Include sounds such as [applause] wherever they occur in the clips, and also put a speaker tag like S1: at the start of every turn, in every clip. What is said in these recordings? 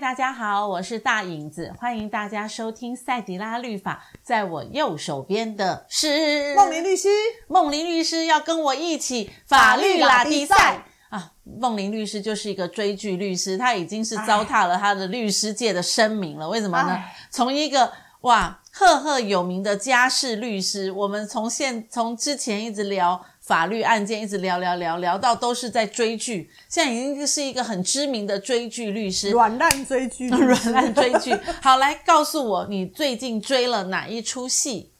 S1: 大家好，我是大影子，欢迎大家收听赛迪拉律法。在我右手边的是
S2: 梦玲律师，
S1: 梦玲律师，要跟我一起法律拉力赛。啊，梦玲律师就是一个追剧律师，他已经是糟蹋了他的律师界的声名了。为什么呢
S2: 唉？
S1: 从一个哇赫赫有名的家事律师，我们从现从之前一直聊法律案件，一直聊聊聊聊到都是在追剧，现在已经是一个很知名的追剧律师。
S2: [laughs] 软烂追剧，
S1: [laughs] 软烂追剧，好来告诉我，你最近追了哪一出戏？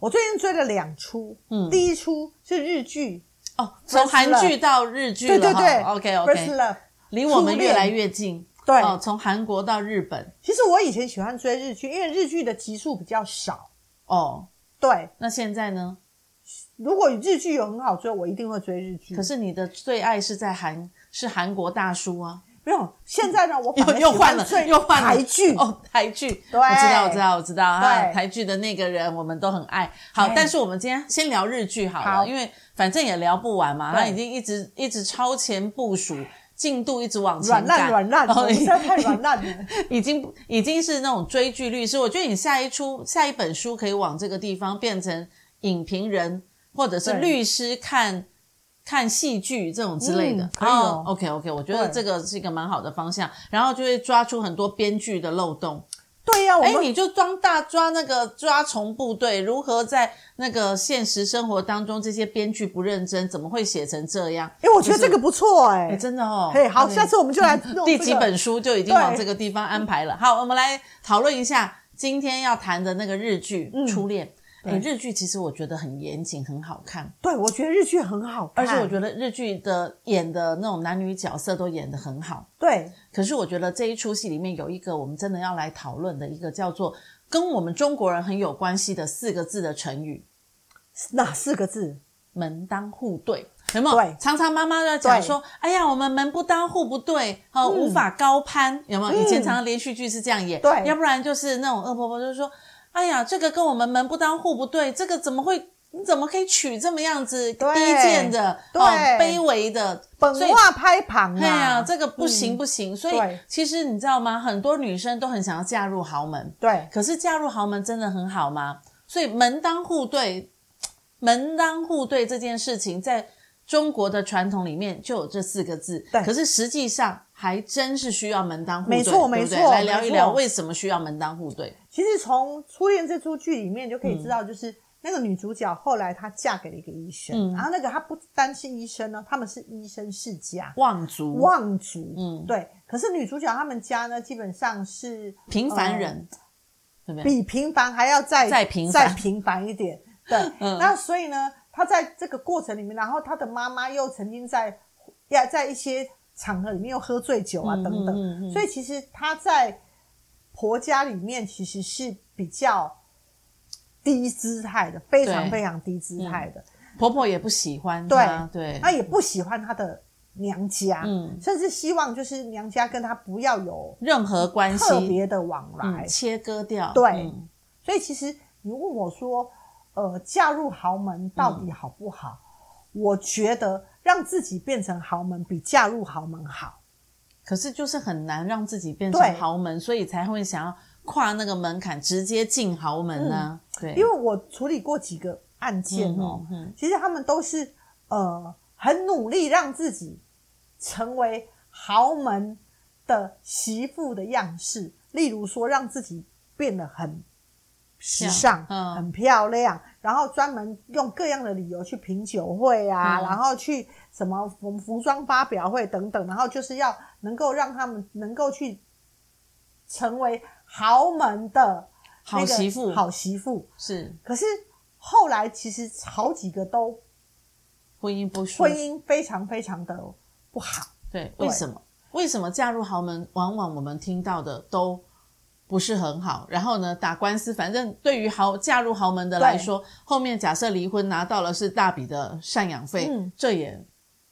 S2: 我最近追了两出，
S1: 嗯
S2: 第一出是日剧，
S1: 哦，从
S2: First
S1: 韩
S2: Love
S1: 剧到日剧了
S2: 对对对
S1: ，OK
S2: First
S1: OK，
S2: Love，
S1: 离我们
S2: 初恋
S1: 越来越近。
S2: 对
S1: 哦，从韩国到日本，
S2: 其实我以前喜欢追日剧，因为日剧的集数比较少。
S1: 哦，
S2: 对，
S1: 那现在呢？
S2: 如果日剧有很好追，我一定会追日剧
S1: 可。是你的最爱是在韩，是韩国大叔啊，
S2: 没有，现在呢，我反
S1: 又
S2: 而
S1: 又
S2: 喜
S1: 换
S2: 欢
S1: 了，
S2: 追
S1: 又换了
S2: 台剧。
S1: 哦，台剧，
S2: 对
S1: 我知道，我知道，我知道啊，
S2: 对
S1: 台剧的那个人我们都很爱。好
S2: 哎，
S1: 但是我们今天先聊日剧好了，
S2: 好
S1: 因为反正也聊不完嘛，
S2: 对
S1: 他已经一直一直超前部署。进度一直往前
S2: 软烂
S1: 赶哦
S2: 软烂，
S1: 然后
S2: 我实在太软烂
S1: [laughs]
S2: 了。
S1: 已经已经是那种追剧律师。我觉得你下一出下一本书可以往这个地方变成影评人或者是
S2: 对
S1: 律师看。看戏剧这种之类的
S2: 嗯，可以哦
S1: o k OK，我觉得
S2: 对
S1: 这个是一个蛮好的方向，然后就会抓出很多编剧的漏洞。
S2: 对呀、我
S1: 哎，
S2: 们
S1: 你就装大抓那个抓虫部队，如何在那个现实生活当中，这些编剧不认真，怎么会写成这样？
S2: 哎，我觉得这个不错哎、
S1: 哎真的哦，
S2: 嘿，好，
S1: 对
S2: 下次我们就来弄
S1: 第
S2: 这
S1: 几
S2: 个
S1: 本书就已经
S2: 对
S1: 往这个地方安排了。好，我们来讨论一下今天要谈的那个日剧
S2: 嗯
S1: 《初恋》诶日剧其实我觉得很严谨，很好看，
S2: 对，我觉得日剧很好看，
S1: 而且我觉得日剧的演的那种男女角色都演得很好。
S2: 对
S1: 可是我觉得这一出戏里面有一个我们真的要来讨论的一个叫做跟我们中国人很有关系的四个字的成语
S2: 哪四个字？
S1: “门当户对”，有没有？
S2: 对
S1: 常常妈妈在讲
S2: 对嗯
S1: 说：“哎呀，我们门不当户不对，哦，无法高攀。”有没有？以前常常连续剧是这样演，
S2: 对
S1: 要不然就是那种恶婆婆就说：“哎呀，这个跟我们门不当户不对，这个怎么会？”你怎么可以娶这么样子低
S2: 对
S1: 贱的、
S2: 对
S1: 哦卑微的？
S2: 本
S1: 所以
S2: 话拍旁啊，嗯
S1: 对呀、这个不行不行。所以
S2: 对
S1: 其实你知道吗？很多女生都很想要嫁入豪门，
S2: 对
S1: 可是嫁入豪门真的很好吗？所以门当户对，门当户对这件事情，在中国的传统里面就有这四个字。
S2: 对
S1: 可是实际上还真是需要门当户对，
S2: 没错
S1: 对不对
S2: 没错
S1: 来聊一聊
S2: 没错
S1: 为什么需要门当户对。
S2: 其实从《初恋》这出剧里面就可以知道，就是那个女主角后来她嫁给了一个医生，
S1: 嗯
S2: 然后那个她不单是医生呢，他们是医生世家，
S1: 望族，
S2: 望族，
S1: 嗯
S2: 嗯，对。可是女主角他们家呢，基本上是
S1: 平凡
S2: 嗯
S1: 人，对不对？
S2: 比平凡还要再
S1: 再平凡嗯
S2: 再平凡一点。
S1: [laughs]
S2: 对，那所以呢，他在这个过程里面，然后他的妈妈又曾经在要在一些场合里面又喝醉酒啊、
S1: 嗯
S2: 等等，
S1: 嗯嗯嗯
S2: 所以其实他在婆家里面其实是比较低姿态的，非常
S1: 对
S2: 非常低姿态的。
S1: 婆婆也不喜欢
S2: 对哎
S1: 她，对，
S2: 他也不喜欢他的娘家，
S1: 嗯
S2: 甚至希望就是娘家跟他不要有
S1: 任何关系
S2: 特别的往来。
S1: 嗯切割掉，
S2: 对
S1: 嗯
S2: 所以其实你问我说，呃，嫁入豪门到
S1: 嗯
S2: 底好不好？我觉得让自己变成豪门比嫁入豪门好。
S1: 可是就是很难让自己变成
S2: 对
S1: 豪门，所以才会想要跨那个门槛，直接进豪门呢、对，
S2: 嗯因为我处理过几个案件哦，
S1: 嗯嗯
S2: 其实他们都是呃很努力让自己成为豪门的媳妇的样式，例如说让自己变得很时尚、
S1: 嗯
S2: 很漂亮，然后专门用各样的理由去品酒会啊，
S1: 嗯
S2: 然后去什么服服装发表会等等，然后就是要能够让他们能够去成为豪门的那
S1: 好
S2: 个
S1: 媳妇
S2: 好媳妇。
S1: 是
S2: 可是后来其实好几个都
S1: 婚姻不舒
S2: 婚姻非常非常的不好，
S1: 对，
S2: 对
S1: 为什么？为什么嫁入豪门，往往我们听到的都不是很好？然后呢，打官司，反正对于豪嫁入豪门的来说，后面假设离婚拿到了是大笔的赡养费，
S2: 嗯
S1: 这也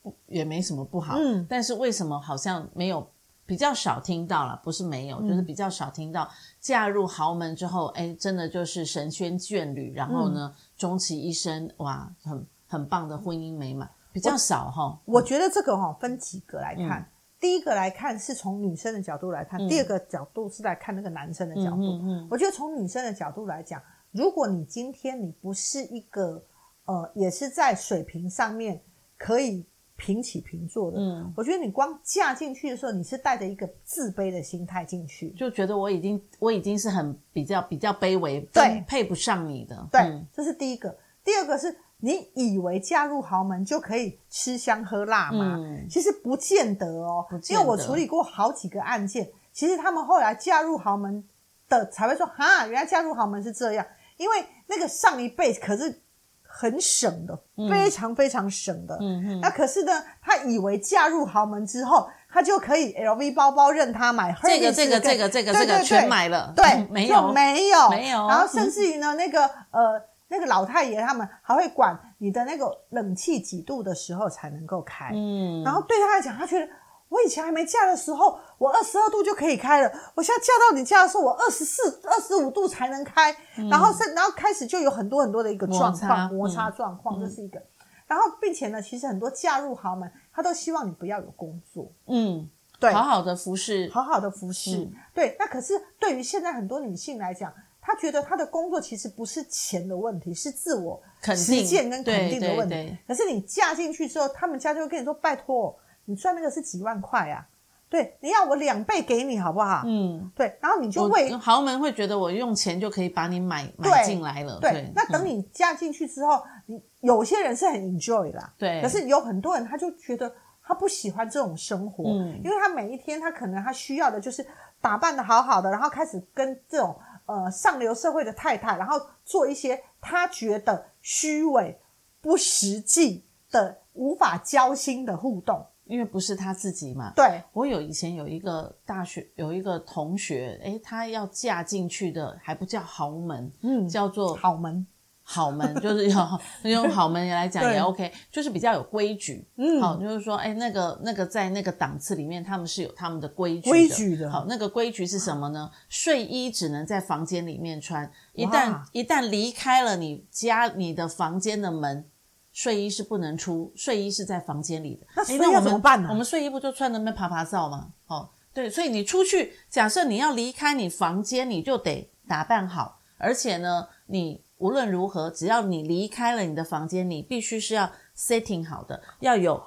S1: 不也没什么不好。
S2: 嗯
S1: 但是为什么好像没有比较少听到了？不是没
S2: 嗯
S1: 有，就是比较少听到嫁入豪门之后，哎，真的就是神仙眷侣，然后呢，
S2: 嗯
S1: 终其一生，哇，很很棒的婚姻美满，比较少哈。
S2: 嗯
S1: 嗯
S2: 我觉得这个哈、分几个来看。第一个来看是从女生的角度来看，第二个角度是来看那个男生的角度。
S1: 嗯嗯
S2: 我觉得从女生的角度来讲，如果你今天你不是一个呃，也是在水平上面可以平起平坐的，
S1: 嗯，
S2: 我觉得你光嫁进去的时候，你是带着一个自卑的心态进去。
S1: 就觉得我已经我已经是很比较比较卑微，
S2: 对
S1: 跟配不上你的，
S2: 对，
S1: 嗯
S2: 这是第一个。第二个是你以为嫁入豪门就可以吃香喝辣吗？
S1: 嗯
S2: 其实不见得哦，
S1: 不见
S2: 因
S1: 得
S2: 为我处理过好几个案件，其实他们后来嫁入豪门的才会说，哈，原来嫁入豪门是这样，因为那个上一辈可是很省的，非常非常省的。
S1: 嗯
S2: 那可是呢，他以为嫁入豪门之后，他就可以 LV 包包任他买，
S1: 这个
S2: Hermes
S1: 这个
S2: 可以
S1: 这个这个
S2: 对
S1: 这个
S2: 对对
S1: 全买了
S2: 对，
S1: 没
S2: 就
S1: 有
S2: 没有
S1: 没有
S2: 然后甚至于呢，那个呃那个老太爷他们还会管你的那个冷气几度的时候才能够开，
S1: 嗯，
S2: 然后对他来讲，他觉得。我以前还没嫁的时候，我二十二度就可以开了。我现在嫁到你家的时候，我二十四、二十五度才能开。然后是，然后开始就有很多很多的一个状况、
S1: 嗯摩
S2: 摩
S1: 擦嗯
S2: 擦状况，这是一个。然后，并且呢，其实很多嫁入豪门，他都希望你不要有工作，
S1: 嗯，
S2: 对，
S1: 好好的服饰，
S2: 好好的服饰。
S1: 嗯
S2: 对，那可是对于现在很多女性来讲，她觉得她的工作其实不是钱的问题，是自我
S1: 肯定
S2: 实践跟肯定的问
S1: 对对对
S2: 题。可是你嫁进去之后，他们家就会跟你说：“拜托，你赚那个是几万块啊？对，你要我两倍给你好不好？”
S1: 嗯，
S2: 对，然后你就
S1: 我哦
S2: 为
S1: 豪门会觉得我用钱就可以把你买买
S2: 对
S1: 进来了，
S2: 对，那等
S1: 嗯
S2: 你嫁进去之后，你有些人是很 enjoy 啦，
S1: 对
S2: 可是有很多人他就觉得他不喜欢这种生活，
S1: 嗯
S2: 因为他每一天他可能他需要的就是打扮的好好的，然后开始跟这种呃上流社会的太太，然后做一些他觉得虚伪、不实际的、无法交心的互动。
S1: 因为不是他自己嘛，
S2: 对，
S1: 我有以前有一个大学有一个同学，诶，她要嫁进去的还不叫豪门，
S2: 嗯
S1: 叫做
S2: 好门，
S1: 好门，就是
S2: [laughs]
S1: 用用好门来讲也
S2: 对
S1: OK，就是比较有规矩。
S2: 嗯
S1: 好，就是说，哎，那个那个在那个档次里面，他们是有他们的规矩的。
S2: 规矩的
S1: 好，那个规矩是什么呢？睡衣只能在房间里面穿，一旦一旦离开了你家你的房间的门。睡衣是不能出，睡衣是在房间里的。
S2: 那
S1: 哎
S2: 睡衣
S1: 我
S2: 要
S1: 们
S2: 怎么办呢
S1: 我们睡衣不就穿的那爬爬照吗？哦，对，所以你出去，假设你要离开你房间，你就得打扮好，而且呢，你无论如何，只要你离开了你的房间，你必须是要 setting 好的，要
S2: 哦
S1: 有、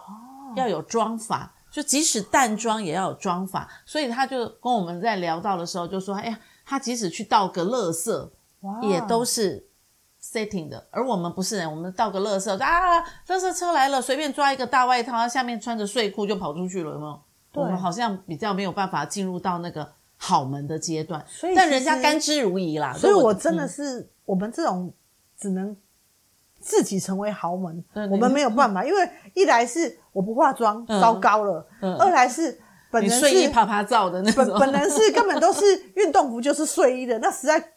S1: 要有妆法，就即使淡妆也要有妆法。所以他就跟我们在聊到的时候就说，哎呀，他即使去倒个垃圾，
S2: 哇
S1: 也都是 setting 的，而我们不是，我们倒个垃圾说啊，垃圾车来了，随便抓一个大外套，它下面穿着睡裤就跑出去了，有没有？
S2: 对
S1: 我们好像比较没有办法进入到那个好门的阶段，
S2: 所以
S1: 但
S2: 其
S1: 人家
S2: 实
S1: 甘之如饴啦。
S2: 所以我
S1: 嗯
S2: 真的是、我们这种只能自己成为豪门
S1: 对，
S2: 我们没有办法，因为一来是我不化妆，
S1: 嗯
S2: 糟糕了；
S1: 嗯
S2: 二来是本
S1: 你
S2: 人
S1: 睡衣
S2: 是
S1: 啪啪照的那
S2: 本
S1: 种，
S2: 本人是根本都
S1: [laughs]
S2: 是运动服，就是睡衣的，那实在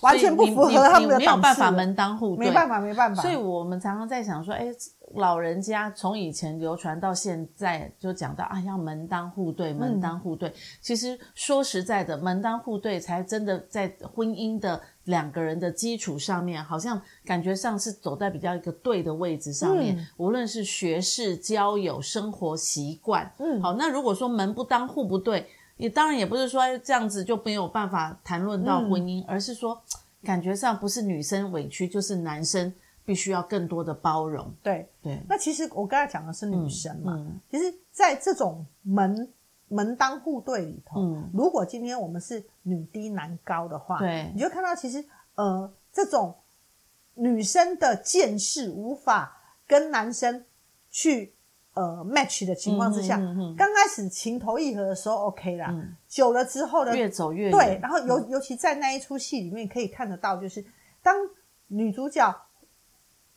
S2: 完全不
S1: 你 [laughs]
S2: 符
S1: 你
S2: 合他
S1: 你
S2: 们的
S1: 没有
S2: 档
S1: 办
S2: 次
S1: 法
S2: 了
S1: 门当户对，
S2: 没办法，没办法。
S1: 所以我们常常在想说，哎，老人家从以前流传到现在，就讲到啊，要门当户对，门
S2: 嗯
S1: 当户对。其实说实在的，门当户对才真的在婚姻的两个人的基础上面，好像感觉上是走在比较一个对的位置上面。无论是学识、交友、生活习惯，嗯，好，那如果说门不当户不对，也当然也不是说哎这样子就没有办法谈论到婚姻，而是说。感觉上不是女生委屈，就是男生必须要更多的包容。
S2: 对，
S1: 对，
S2: 那其实我刚才讲的是女生嘛，
S1: 嗯
S2: 其实在这种门门当户对里头，
S1: 嗯
S2: 如果今天我们是女低男高的话，
S1: 对
S2: 你就看到其实呃这种女生的见识无法跟男生去呃 match 的情况之下，
S1: 嗯嗯嗯嗯
S2: 刚开始情投意合的时候 OK 啦，
S1: 嗯
S2: 久了之后呢，
S1: 越走越远。嗯
S2: 对，然后尤、尤其在那一出戏里面可以看得到，就是当女主角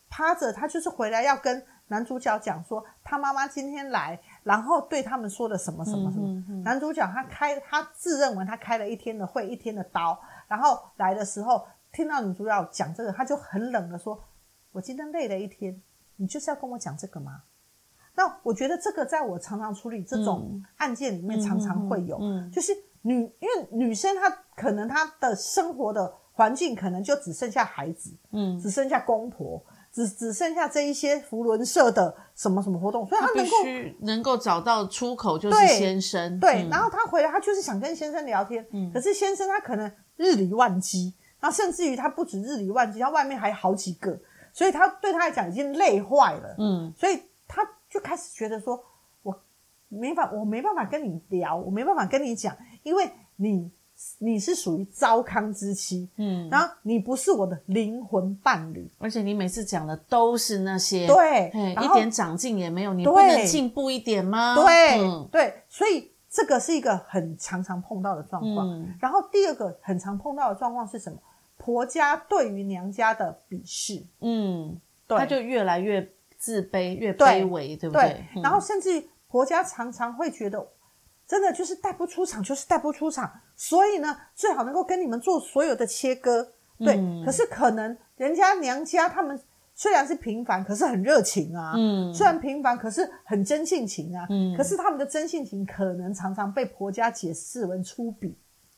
S2: 趴着，她就是回来要跟男主角讲说，她妈妈今天来，然后对他们说了什么什么什么。
S1: 嗯嗯嗯
S2: 男主角他开他自认为他开了一天的会，一天的刀，然后来的时候听到女主角讲这个，他就很冷的说：“我今天累了一天，你就是要跟我讲这个吗？”那我觉得这个在我常常处理这种案件里面常常会有，
S1: 嗯嗯嗯嗯
S2: 就是女因为女生她可能她的生活的环境可能就只剩下孩子，
S1: 嗯
S2: 只剩下公婆，只只剩下这一些福伦社的什么什么活动，所以他
S1: 必
S2: 能够
S1: 须能够找到出口，就是
S2: 对
S1: 先生。
S2: 对，
S1: 嗯
S2: 然后他回来，他就是想跟先生聊天，
S1: 嗯
S2: 可是先生他可能日理万机，然后甚至于他不止日理万机，他外面还好几个，所以他对他来讲已经累坏了，
S1: 嗯，
S2: 所以他就开始觉得说，我没法，我没办法跟你聊，我没办法跟你讲，因为你你是属于糟糠之妻，
S1: 嗯
S2: 然后你不是我的灵魂伴侣，
S1: 而且你每次讲的都是那些，
S2: 对
S1: 嘿
S2: 然
S1: 一
S2: 后
S1: 点长进也没有，你
S2: 对
S1: 不能进步一点吗？
S2: 对、
S1: 嗯
S2: 对，所以这个是一个很常常碰到的状况。
S1: 嗯
S2: 然后第二个很常碰到的状况是什么？婆家对于娘家的鄙视，
S1: 嗯，
S2: 对，
S1: 他就越来越自卑，越
S2: 对
S1: 卑微，对不
S2: 对
S1: 对？嗯
S2: 然后甚至于婆家常常会觉得，真的就是带不出场，就是带不出场，所以呢，最好能够跟你们做所有的切割。对，
S1: 嗯
S2: 可是可能人家娘家他们虽然是平凡，可是很热情啊。
S1: 嗯
S2: 虽然平凡，可是很真性情啊。
S1: 嗯
S2: 可是他们的真性情可能常常被婆家解释为粗鄙。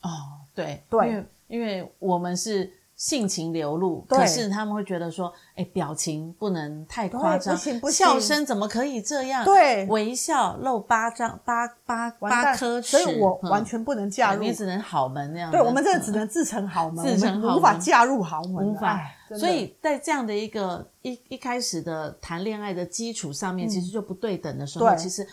S1: 哦，对
S2: 对
S1: 因为因为我们是性情流露，
S2: 对
S1: 可是他们会觉得说，哎，表情不能太夸张，
S2: 对不行不行
S1: 笑声怎么可以这样？
S2: 对
S1: 微笑露八张八八
S2: 完
S1: 八
S2: 蛋，
S1: 颗齿，
S2: 所以我
S1: 嗯
S2: 完全不能嫁入。
S1: 你只能好门那样的。
S2: 对，我们真的只能自成豪门，
S1: 自成
S2: 我们
S1: 豪
S2: 无法
S1: 门
S2: 嫁入豪门啊，
S1: 无法
S2: 哎。真的
S1: 所以在这样的一个一一开始的谈恋爱的基础上面，其实就不对等的时候，
S2: 嗯对
S1: 其实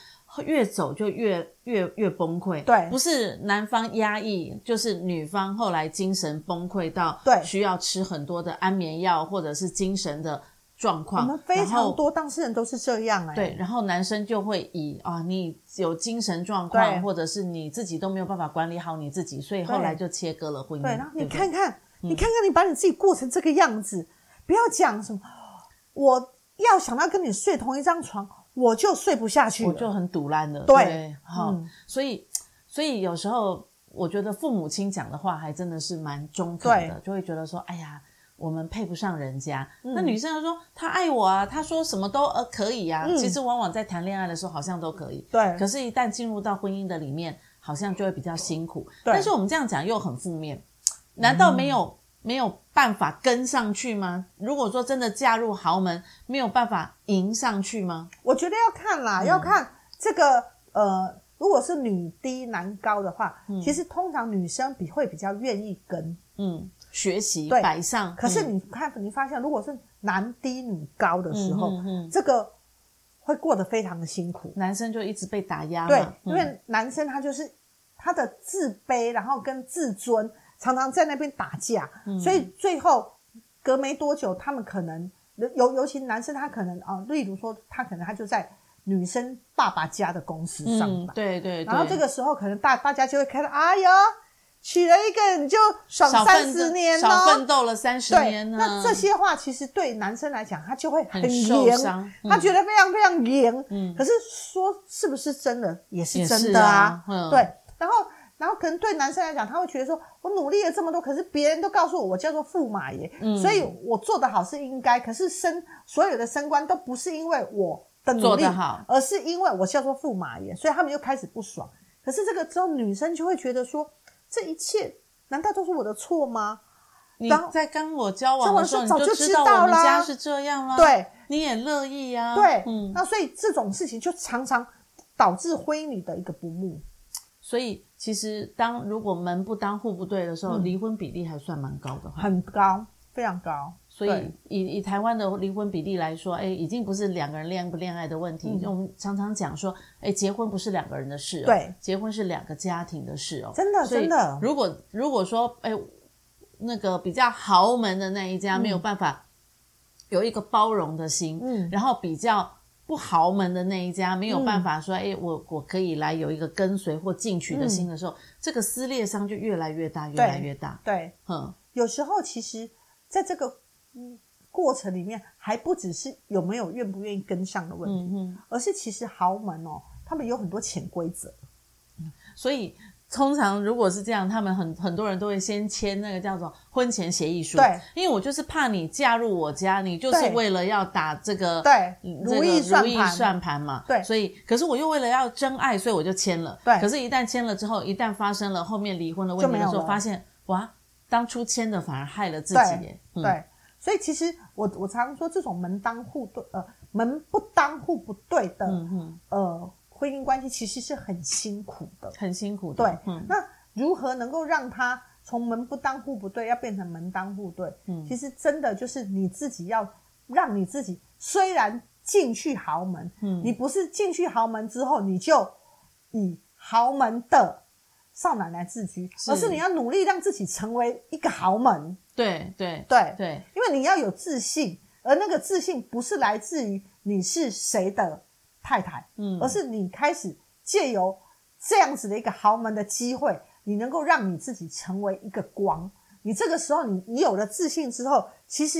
S1: 越走就越越越崩溃。
S2: 对
S1: 不是男方压抑，就是女方后来精神崩溃到
S2: 对
S1: 需要吃很多的安眠药或者是精神的状
S2: 我
S1: 况。
S2: 们非
S1: 哦然后
S2: 常多当事人都是这样哎、
S1: 对，然后男生就会以啊，你有精神状况，
S2: 对
S1: 或者是你自己都没有办法管理好你自己，所以后
S2: 对
S1: 来就切割了婚姻。
S2: 对，然后你
S1: 不对嗯
S2: 看看，你看看，你把你自己过成这个样子，不要讲什么，我要想到跟你睡同一张床，我就睡不下去
S1: 我
S2: 了。
S1: 就很堵烂了。
S2: 对
S1: 好、
S2: 嗯
S1: 所以所以有时候我觉得父母亲讲的话还真的是蛮中肯的，就会觉得说，哎呀。我们配不上人家，
S2: 嗯
S1: 那女生就说她爱我啊，她说什么都呃可以啊。
S2: 嗯
S1: 其实往往在谈恋爱的时候好像都可以，
S2: 对
S1: 可是，一旦进入到婚姻的里面，好像就会比较辛苦。
S2: 对嗯
S1: 但是我们这样讲又很负面，难道没有、没有办法跟上去吗？如果说真的嫁入豪门，没有办法迎上去吗？
S2: 我觉得要看啦，
S1: 嗯
S2: 要看这个呃，如果是女低男高的话，其实通常女生比会比较愿意跟。
S1: 嗯，学习
S2: 对
S1: 摆上。
S2: 可是
S1: 嗯
S2: 你看，你发现如果是男低女高的时候，
S1: 嗯嗯嗯
S2: 这个会过得非常的辛苦。
S1: 男生就一直被打压嘛，
S2: 对，
S1: 嗯
S2: 因为男生他就是他的自卑，然后跟自尊常常在那边打架，
S1: 嗯
S2: 所以最后隔没多久，他们可能尤尤其男生他可能啊、例如说他可能他就在女生爸爸家的公司上
S1: 嗯，
S2: 班，
S1: 对对对，
S2: 然后这个时候可能大大家就会开始，哎呦，娶了一个你就爽
S1: 少
S2: 三
S1: 奋斗
S2: 十年
S1: 少
S2: 哦
S1: 奋。斗了三十
S2: 对，
S1: 年呢，
S2: 那这些话其实对男生来讲，他就会很
S1: 啊很
S2: 严，
S1: 受伤嗯
S2: 他觉得非常非常严。
S1: 嗯
S2: 可是说是不是真的也是
S1: 也
S2: 真
S1: 是
S2: 的
S1: 啊嗯
S2: 对，然后然后可能对男生来讲，他会觉得说我努力了这么多，可是别人都告诉我我叫做驸马爷，
S1: 嗯
S2: 所以我做得好是应该，可是升所有的升官都不是因为我的努
S1: 做
S2: 力
S1: 得好，
S2: 而是因为我叫做驸马爷，所以他们就开始不爽。可是这个之后，女生就会觉得说，这一切难道都是我的错吗？
S1: 你
S2: 当
S1: 在跟我交往的时候，你
S2: 交往的时候早就
S1: 知
S2: 知
S1: 道
S2: 道
S1: 我们
S2: 啦
S1: 家是这样啦，
S2: 对，
S1: 你也乐意呀，
S2: 对，
S1: 嗯，
S2: 那所以这种事情就常常导致婚姻里的一个不睦。
S1: 所以其实当如果门不当户不对的时
S2: 嗯
S1: 候，离婚比例还算蛮高的哈。
S2: 很高，非常高。
S1: 所以
S2: 对
S1: 以以台湾的离婚比例来说，哎，已经不是两个人恋不恋爱的问题。
S2: 嗯
S1: 就我们常常讲说，哎，结婚不是两个人的事、哦，
S2: 对，
S1: 结婚是两个家庭的事哦。
S2: 真的
S1: 所以
S2: 真的
S1: 如果如果说，哎，那个比较豪门的那一家、没有办法有一个包容的心，
S2: 嗯
S1: 然后比较。不豪门的那一家没有办法说，哎、我我可以来有一个跟随或进取的心的时候，这个撕裂伤就越来越大，越来越大。
S2: 嗯对，
S1: 嗯，
S2: 有时候其实在这个嗯过程里面，还不只是有没有愿不愿意跟上的问题，
S1: 嗯
S2: 而是其实豪门哦，他们有很多潜规则。
S1: 所以通常如果是这样，他们很很多人都会先签那个叫做婚前协议书。
S2: 对，
S1: 因为我就是怕你嫁入我家，你就是
S2: 对
S1: 为了要打这个
S2: 对
S1: 嗯
S2: 如
S1: 这个
S2: 意算
S1: 如意
S2: 盘
S1: 算盘嘛。
S2: 对
S1: 所以可是我又为了要真爱，所以我就签了。
S2: 对
S1: 可是，一旦签了之后，一旦发生了后面离婚的问
S2: 就
S1: 题
S2: 没
S1: 的
S2: 有
S1: 时候，
S2: 了
S1: 发现哇，当初签的反而害了自己
S2: 对
S1: 耶。嗯
S2: 对，所以其实我我常说，这种门当户对，呃，门不当户不对
S1: 嗯
S2: 的，呃，婚姻关系其实是很辛苦的。
S1: 很辛苦的。
S2: 对，
S1: 嗯
S2: 那如何能够让他从门不当户不对，要变成门当户对？嗯，其实真的就是你自己要让你自己，虽然进去豪门，嗯，你不是进去豪门之后你就以豪门的少奶奶自居，而是你要努力让自己成为一个豪门，
S1: 对对
S2: 对，
S1: 对
S2: 因为你要有自信，而那个自信不是来自于你是谁的太太，
S1: 嗯
S2: 而是你开始借由这样子的一个豪门的机会，你能够让你自己成为一个光。你这个时候你，你有了自信之后，其实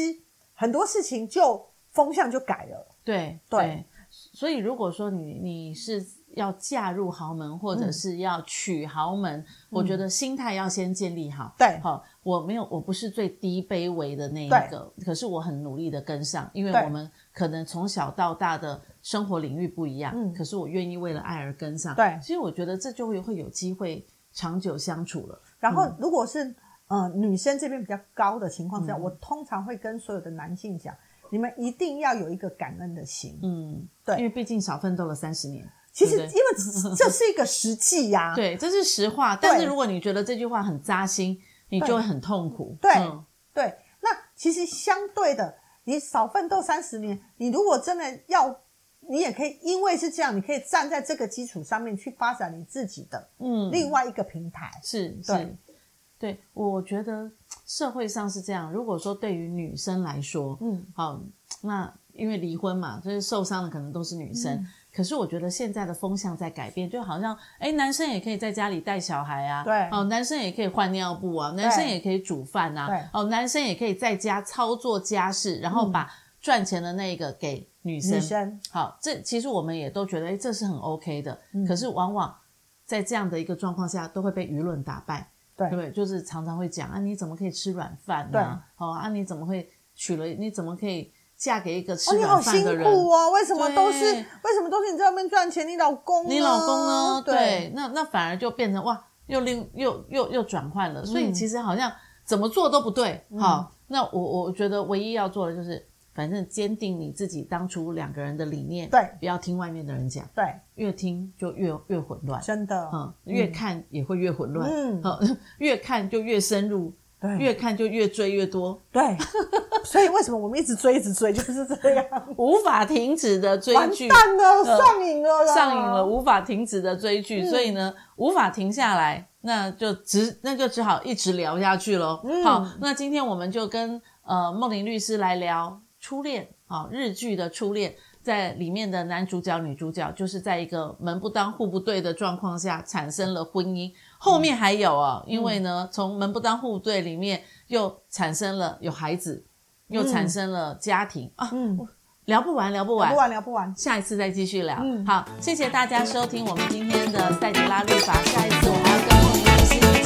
S2: 很多事情就风向就改了。
S1: 对
S2: 对
S1: 对，所以如果说你你是要嫁入豪门，或
S2: 嗯
S1: 者是要娶豪门，我觉得心态要先建立好。
S2: 对
S1: 好，我没有，我不是最低卑微的那一
S2: 对
S1: 个，可是我很努力的跟上，因为
S2: 对
S1: 我们可能从小到大的生活领域不一样，
S2: 嗯
S1: 可是我愿意为了爱而跟上。
S2: 对
S1: 所以我觉得这就会会有机会长久相处了。
S2: 然后如果是呃女生这边比较高的情况之下，我通常会跟所有的男性讲，你们一定要有一个感恩的心。
S1: 嗯，
S2: 对
S1: 因为毕竟少奋斗了三十年。
S2: 其实
S1: 对
S2: 因
S1: 不对
S2: 为这是一个实际呀、
S1: 对，这是实话。但是
S2: 啊对
S1: 如果你觉得这句话很扎心，你就会很痛苦。
S2: 对
S1: 嗯
S2: 对，那其实相对的，你少奋斗三十年，你如果真的要，你也可以，因为是这样，你可以站在这个基础上面去发展你自己的
S1: 嗯，
S2: 另外一个平台。
S1: 是
S2: 对
S1: 是，对，我觉得社会上是这样。如果说对于女生来说，
S2: 嗯，
S1: 好，那因为离婚嘛，就是受伤的可能都是女
S2: 嗯
S1: 生。可是我觉得现在的风向在改变，就好像哎，男生也可以在家里带小孩啊，
S2: 对
S1: 哦，男生也可以换尿布啊，男生也可以煮饭啊
S2: 对，嗯
S1: 哦，男生也可以在家操作家事，然后把赚钱的那个给女生。
S2: 女生
S1: 好，这其实我们也都觉得，哎，这是很 OK 的。
S2: 嗯
S1: 可是往往在这样的一个状况下，都会被舆论打败，
S2: 对
S1: 对不对？就是常常会讲啊，你怎么可以吃软饭呢、哦啊，你怎么会娶了？你怎么可以嫁给一个
S2: 哦，
S1: 吃
S2: 你好
S1: 软饭
S2: 辛
S1: 的人？
S2: 苦哦，为什么都是
S1: 对
S2: 为什么都是你在外面赚钱？你老公
S1: 你老公呢？
S2: 对，
S1: 对，那那反而就变成哇，又另又又又转换
S2: 嗯
S1: 了，所以其实好像怎么做都不对。好，那我我觉得唯一要做的就是，反正坚定你自己当初两个人的理念，
S2: 对
S1: 不要听外面的人讲，
S2: 对
S1: 越听就越越混乱。
S2: 真的，
S1: 嗯，越看也会越混乱，
S2: 嗯
S1: 好， [laughs] 越看就越深入，
S2: 对
S1: 越看就越追越多，
S2: 对，所以为什么我们一直追一直追就是这样，
S1: 无法停止的追
S2: 完
S1: 剧，嗯
S2: 蛋了，上瘾了啦，
S1: 上瘾了，无法停止的追剧，所以呢，无法停下来，那就只那就只好一直聊下去喽。好，那今天我们就跟呃梦玲律师来聊初恋啊，日剧的初恋。在里面的男主角、女主角，就是在一个门不当户不对的状况下产生了婚姻。后面还有哦，因为呢，从门不当户不对里面又产生了有孩子，又产生了家庭、啊，
S2: 嗯，
S1: 聊不完，聊不完
S2: 不，玩聊不玩，
S1: 下一次再继续聊。
S2: 嗯
S1: 好，谢谢大家收听我们今天的赛迪拉律法，下一次我们要跟我们一起。